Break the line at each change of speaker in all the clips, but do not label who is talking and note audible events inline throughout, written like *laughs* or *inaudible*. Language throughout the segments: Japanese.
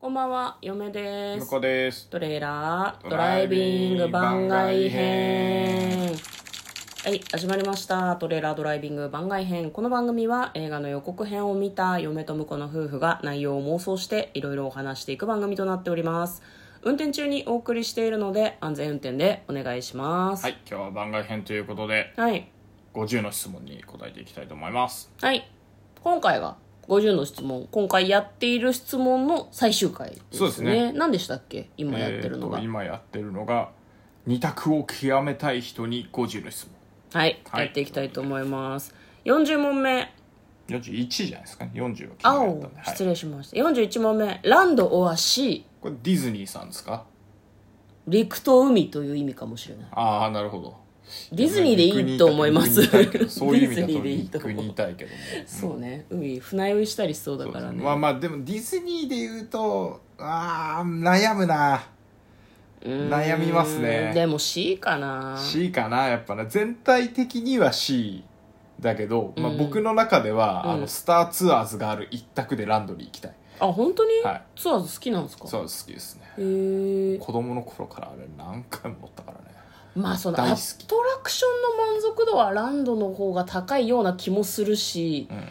こんばんは、嫁で
向
す
こ。うです
トレーラードライビング番外編。はい、始まりました。トレーラードライビング番外編。この番組は映画の予告編を見た嫁と婿の夫婦が内容を妄想していろいろお話していく番組となっております。運転中にお送りしているので安全運転でお願いします。
は。い今日は番外編ということで
はい。
50の質問に答えていきたいと思います
はい。今回が50の質問。今回やっている質問の最終回ですね。
そうですね
何でしたっけ今やってるの
えー
が。
と今やってるのが二択を極めたい人に50の質
はい、
はい
やっていきたいと思います。40問目、
問41じゃないですかね40は決め
青
たん、で、はい
失、礼しました。41問目、ランドオアシ
これディズニーさんですか
ー、陸と海という意味かもしれない。
ああなるほど
ディズニーでいいと思います。
陸にいたい
*laughs*
けどそういう意味だ
ディズニーでいいと
と
思う
陸にいたいけども
そうね、海、船酔いしたりしそうだ
そう
か
です
ら
ね
ね。
まあまあでもディズニーで言うとああ悩むな悩みます
うー
ね
んでも C かな。
C かなやっぱね全体的には C だけど、まあ、
うん
僕の中では、
うん
あのスターツアーズがある一択でランドリー行きたい
あ、本当に、
はい
ツアーズ好きなんですか
そう好きですね
へー
子供の頃からあれ何回も乗ったからね
まあその
大
ア
好き
トラクションの満足度はランドの方が高いような気もするし、
うん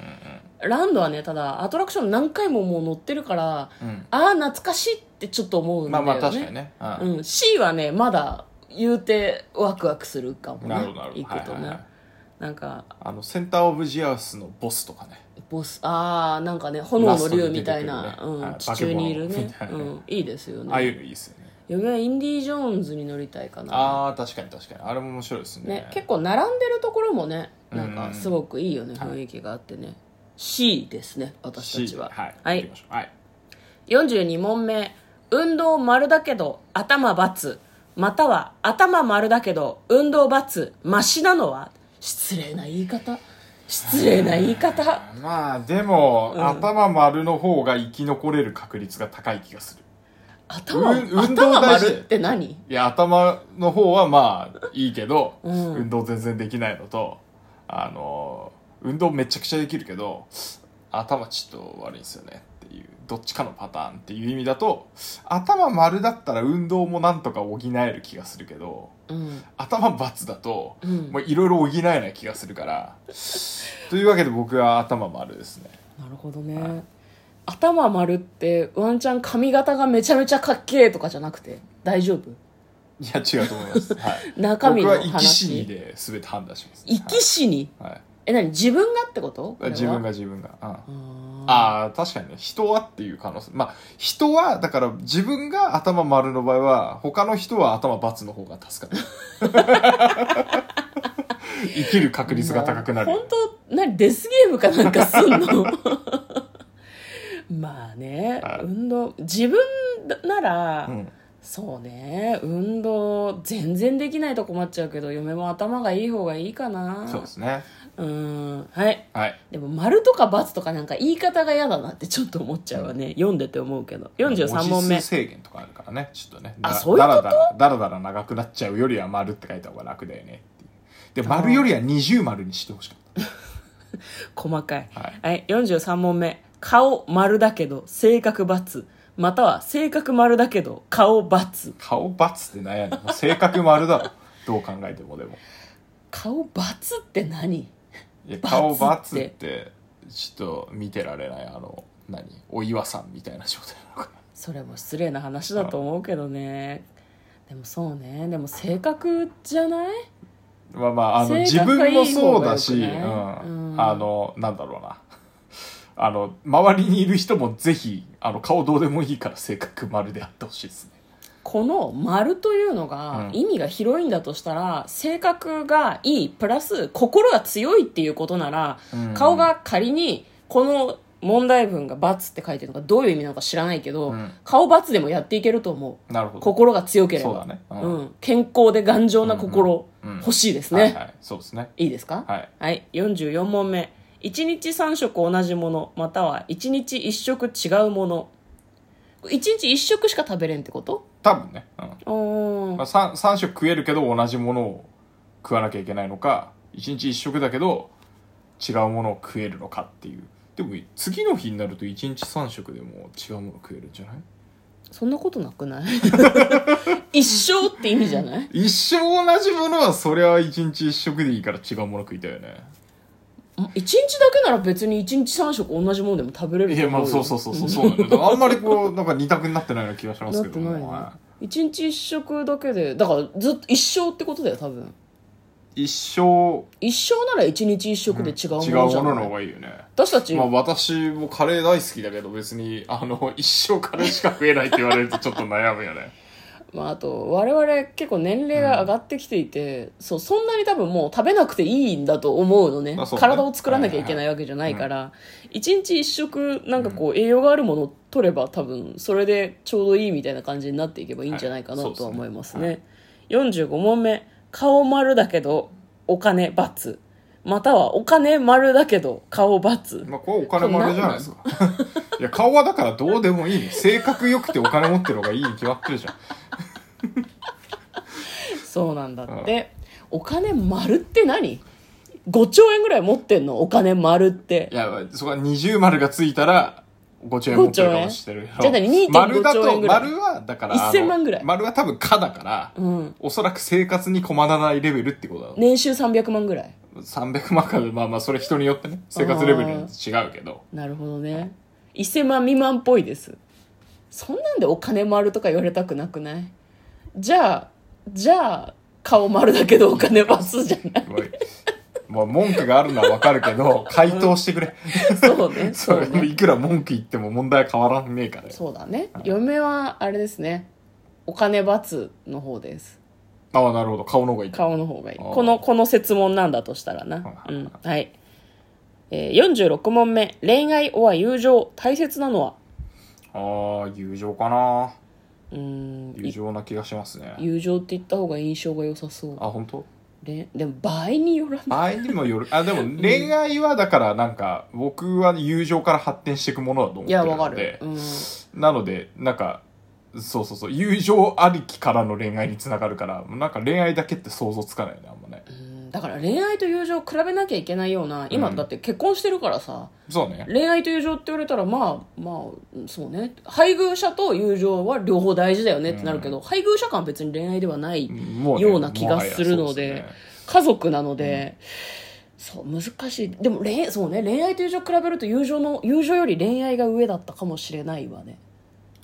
ランドはねただアトラクション何回ももう乗ってるから
うんうん、
ああ懐かしいってちょっと思う
うんん、
だ
まあ
よね,、
まあ確かにね、うん
うん、C はねまだ言うてワクワクするかもね
なるほどなるほど
行くとね、
はいはいはい
なんか
あのセンター・オブ・ジアースのボスとかね
ボスああなんかね炎の竜みたい
ラ
な
ス、
うん、地
トに出てくるねはい
中にいるね
化け
う
物
ん、いいですよ
ああいう
ね
のいいですよね
嫁はインディ・ジョーンズに乗りたいかな
ああ確かに確かにあれも面白いですね
ね結構並んでるところもねなん
う
か
ん
すごくいいよね
はい
雰囲気があってね C ですね私たちは、
C はい、
はい
行きましょうはい
42問目運動丸だけど頭×または頭丸だけど運動×マシなのは失礼な言い方失礼な言い方
まあでも、
うん
頭丸の方が生き残れる確率が高い気がする
頭
うん運動
頭
大事
丸って何
いや頭の方はまあいいけど、
うん
運動全然できないのとあの運動めちゃくちゃできるけど頭ちょっと悪いんですよねっていうどっちかのパターンっていう意味だと頭丸だったら運動もなんとか補える気がするけど
うん
頭×だと、
うん
もういろいろ補えない気がするからというわけで僕は頭丸ですね
なるほどね、頭丸ってワンチャン髪型がめちゃめちゃかっけえとかじゃなくて大丈夫
いや違うと思い
*laughs*
ます、はい、
中身の話
僕は生き死にで全て判断します、
生き死に
はいはい
え何自分がってことこれは
自分が自分が、うん
あ
ああ確かにね人はっていう可能性まあ人はだから自分が頭丸の場合は他の人は頭×の方が助かる
*laughs*
生きる確率が高くなる
もう本当何デスゲームかなんかすん
*laughs*
のまあね
はい
運動自分なら、
うん
そうね運動全然できないと困っちゃうけど嫁も頭がいい方がいいかな
そうですね
うんはい
はい
でも丸とか×とかなんか言い方が嫌だなってちょっと思っちゃうわね、読んでて思うけど43問目
文字数制限とかあるからねちょっとね
あ
だ
そういうこと
だらだらだらだら長くなっちゃうよりは丸って書いた方が楽だよねっていうで丸よりは二重丸にしてほしかっ
細かい、
た、はい、
はい、43問目顔丸だけど性格×または性格丸だけど顔×
顔×って悩んでも性格丸だろどう考えてもでも
顔×って何
いや
バツ
顔バ
っ
ツ
て
ってちょっと見てられないあの何お岩さんみたいな状態なのか
それも失礼な話だと思うけどねでもそうねでも性格じゃない
な *laughs* まあまああの
性
自
格がい
分
い方が
もそうだし、
よくね
うん
うん
あのなんだろうなあの周りにいる人もぜひあの顔どうでもいいから性格丸であってほしいですね
この「丸」というのが
うん
意味が広いんだとしたら、性格がいいプラス心が強いっていうことなら、
うん
顔が仮にこの問題文が「×」って書いてるのがどういう意味なのか知らないけど、
うん
顔×でもやっていけると思
なるほ
う
ど
心が強ければ
そうだねう
うんん、健康で頑丈な心、
うんうんうん
欲しいですね、
はい
い
はいそうですね
いですか
はい
はい、44問目1日3食同じものまたは1日1食違うもの1日1食しか食べれんってこと
多分ね、うん
お
まあ、
ー
3, 三食食えるけど同じものを食わなきゃいけないのか1日1食だけど違うものを食えるのかっていうでも次の日になると1日3食でも違うもの食えるんじゃない
そんなことなくない一生って意味じゃない
一生同じものはそりゃ一日一食でいいから違うもの食いたいよね
一日だけなら別に一日三食同じものでも食べれる
い
と
や
思
ま
う
あ
よ
そうそうそう *laughs* そうそうなんだよだからあんまりこうなんか二択になってないような気がします
なっ
け
て
ど
ないね
は
一日一食だけでだからずっと一生ってことだよ多分
い一生
一生なら一日一食で違うもの
違
じ
う
ゃない、
ものの方がいいよね
私たち、
まあ私もカレー大好きだけど別にあの一生カレーしか食えないって言われるとちょっと悩むよね
まあ、あと我々結構年齢が上がってきていて、そうそんなに多分もう食べなくていいんだと思うのね
まあそうね
体を作らなきゃいけないわけじゃないから、一日一食なんかこう栄養があるものを取れば多分それでちょうどいいみたいな感じになっていけばいいんじゃないかな
はい
とは
そうですね
思いますね,、45問目顔丸だけどお金×またはお金丸だけど顔×
*laughs* まあこれお金もあれじゃないですか *laughs* いや顔はだからどうでもいい性格良くてお金持ってる方がいいに決まってるじゃん
そうなんだってお金丸って何5兆円ぐらい持ってんのお金丸って
いやそこは二重丸がついたら5兆円持ってるかもしれないけど
五兆円じゃあ何
丸だ
2.5兆
と
円ぐらい
丸はだからあの
1000万ぐらい
丸は多分「か」だから、
うん
おそらく生活に困らないレベルってことだろう
年収300万ぐらい
300万からまあまあそれ人によってね生活レベルによって違うけど
なるほどね1000万未満っぽいですそんなんでお金丸とか言われたくなくないじゃあじゃあ顔丸だけどお金バスじゃ
*laughs*
ない
おいまあ文句があるのはわかるけど回答してくれ、
そうね
そ
そう
れ
ね
*laughs* いくら文句言っても問題は変わらんねえからよ
そうだね嫁はあれですねお金罰の方です
ああなるほど顔の方がいい
顔の方がいい
あー
このこの説問なんだとしたらな
は
う
いはい
んはい、えー、46問目恋愛おは友情大切なのは
ああ友情かな
うーん
友情な気がしますね
友情って言った方が印象が良さそう
あ本当
ででも場合によらない
場合にもよるあでも恋愛はだからなんか僕は友情から発展していくものだと思っ
い
てる
やわか
の
る
で、
うん、
なのでなんかそうそうそう友情ありきからの恋愛につながるからなんか恋愛だけって想像つかないねあんまね
だから恋愛と友情を比べなきゃいけないような今
うん
だって結婚してるからさ、
そうね
恋愛と友情って言われたらまあまあうんそうね配偶者と友情は両方大事だよねってなるけど、配偶者間は別に恋愛ではない
もね
ような気がするので
もはやそうすね
家族なので、そう難しいでも恋そうね恋愛と友情を比べると友情の友情より恋愛が上だったかもしれないわね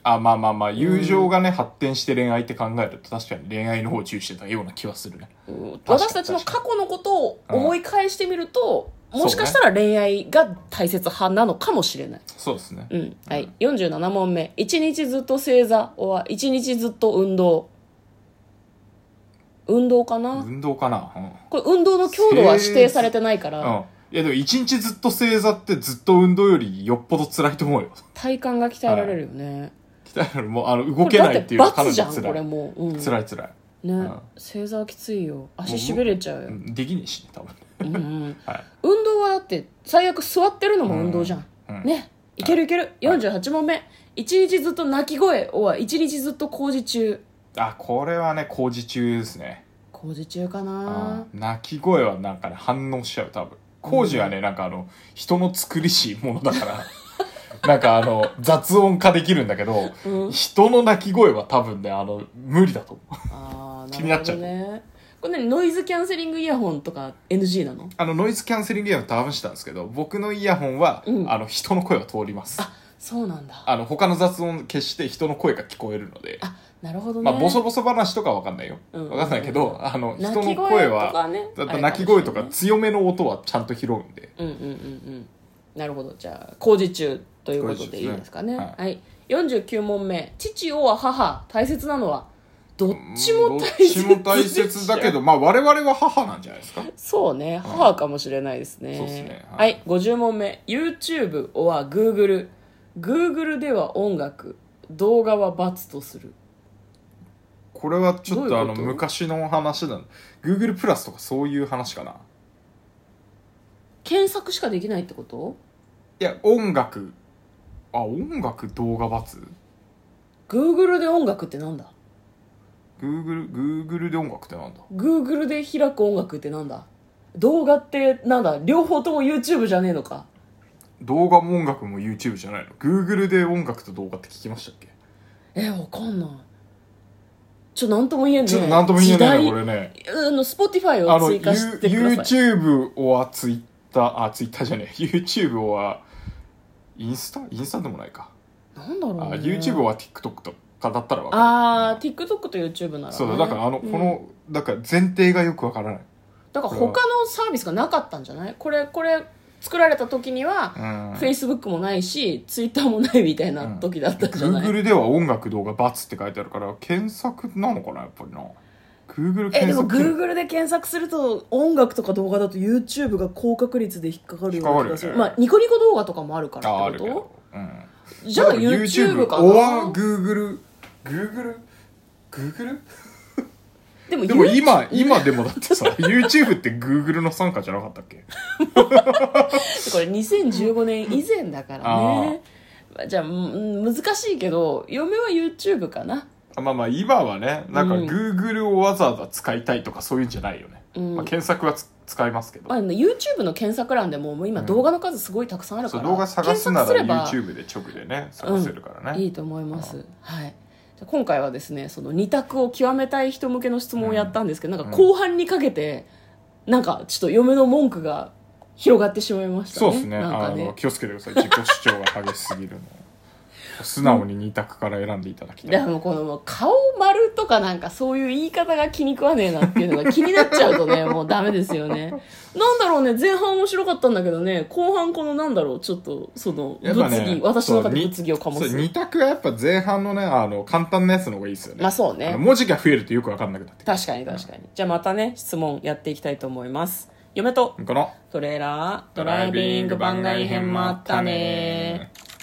あまあまあまあ友情がね、発展して恋愛って考えると確かに恋愛の方を注意してたような気はするね
うん
かに
私たちの過去のことを思い返してみると、
うん
もしかしたら恋愛が大切派なのかもしれない。
そうですね、
うん。はい。47問目。一日ずっと正座は一日ずっと運動。運動かな
運動かなうん、
これ運動の強度は指定されてないか
うん
ら、
いやでも一日ずっと正座ってずっと運動よりよっぽど辛いと思うよ *laughs*
体幹が鍛えられるよね。
鍛えるのもうあの
こ
動
れ
け
だ
ない
っ
って
て
いうのは
罰じゃん、
辛
こ
い
れもう。うん。
辛い辛い、
ね
ん。
正座はきついよ。足痺れちゃうよ
う。ん、できねえしね多分ね
うんうん
はい
運動はだって最悪座ってるのも運動じゃん、
うん
ねいけるいける、48問目一日ずっと泣き声は一日ずっと工事中
あこれはね工事中ですね
工事中か
あ
な
ー泣き声はなんかね反応しちゃう多分工事はね、なんかあの人の作りしものだから *laughs* なんかあの雑音化できるんだけど、
うん
人の泣き声は多分ねあの無理だと思う
あー
気になっちゃう
ねこれねノイズキャンセリングイヤホンとか NG なの
あのノイズキャンセリングイヤホンと合わせたんですけど僕のイヤホンは、
うん
あの人の声は通ります
あそうなんだあ
あの他の雑音消して人の声が聞こえるので
なるほどね、
まあボソボソ話とかは分かんないよ、
うん
分かんないけどあの人
泣
の
き
声
声
は
とかね
だっ
あ
て
れ
泣き声と
も
か
し
強めの音はちゃんと拾うんで
れないねうんうんうんうんなるほどじゃあ工事中ということでいいですかね
工事中
はい、49問目父をは母大切なのはどっちも大切
どっちも大切だけど、まあ我々は母なんじゃないですか。
そうね、母かもしれないですね。
そうっすね
は、
はいい
50問目。YouTube or Google。Google では音楽、動画は罰とする。
これはちょっとあ
どういうこ
の
と
昔の話なの。Google プラスとかそういう話かな。
検索しかできないってこと
いや、音楽。あ、音楽動画罰
?Google で音楽ってなんだ
?Google、Google で音楽ってなんだ
?Google で開く音楽ってなんだ動画ってなんだ両方とも YouTube じゃねえのか
動画も音楽も YouTube じゃないの。Google で音楽と動画って聞きましたっけ
えわかんないちょなんとも言えんね
ちょっとなんとも言えない
時代
ねこれね
あの Spotify
あ
を
のユ
追加してください
YouTube は Twitter あ Twitter じゃねえ YouTube はインスタインスタでもないか、
なんだろう、ね、
あ YouTube は TikTok とかだったらわかる
ああ TikTok と YouTube なら、ね、
そうだだからあの、
うん
このだから前提がよくわからない
だから他のサービスがなかったんじゃないこれこれ作られた時には、
うん
フェイスブックもないしツイッターもないみたいな時だったんじゃない、
Google では音楽動画バツって書いてあるから検索なのかなやっぱりな Google
え
検
でも
索
Google で検索すると音楽とか動画だと YouTube が高確率で引っかかるような気がする
引っかかるよね
まあニコニコ動画とかもあるか
あ
ら
あ
っ
る
て
け
こ
ど、うん、
とじゃあ YouTube か
or
な
Google Google Google
でも
でも
YouTube
今今でも
*laughs*
だってさ YouTube って Google の傘下じゃなかったっけ
これ2015年以前だからねまあじゃあうん難しいけど嫁は YouTube かな
あまあまあ今はねなんか
うん
Google をわざわざ使いたいとかそういうんじゃないよね、
うん
まあ、検索はつ使いますけど、
まあ、YouTube の検索欄でももう今動画の数すごいたくさんあるか
そう
ら、
動画探すなら
検索すれ
YouTube で直でね探せるから
ば
ね、
いいと思います、はいじゃあ今回はですねその二択を極めたい人向けの質問をやったんですけど、なんか後半にかけてなんかちょっと嫁の文句が広がってしまいましたね
そうですね
なん
あ
か
の
ね
気をつけてください自己主張が激しすぎる
*laughs*
のを素直に二択から選んでいただきたい、
でもこのもう顔丸とかなんかそういう言い方が気に食わねえなっていうのが気になっちゃうと
*laughs*
ねもうダメですよねなんだろうね前半面白かったんだけどね後半このなんだろうちょっとその
やっ
物
ぱ
議、
ね
私の中
そう
で
に
物議を醸
そう
す
二択はやっぱ前半のねあの簡単なやつの方がいいですよね、
まあそう
あの
ね
文字が増えるとよく分かんなくなってく
確かに確かにじゃあまたね質問やっていきたいと思います嫁と
るこの
トレーラード
ド
ライビング番外編もあったね
ー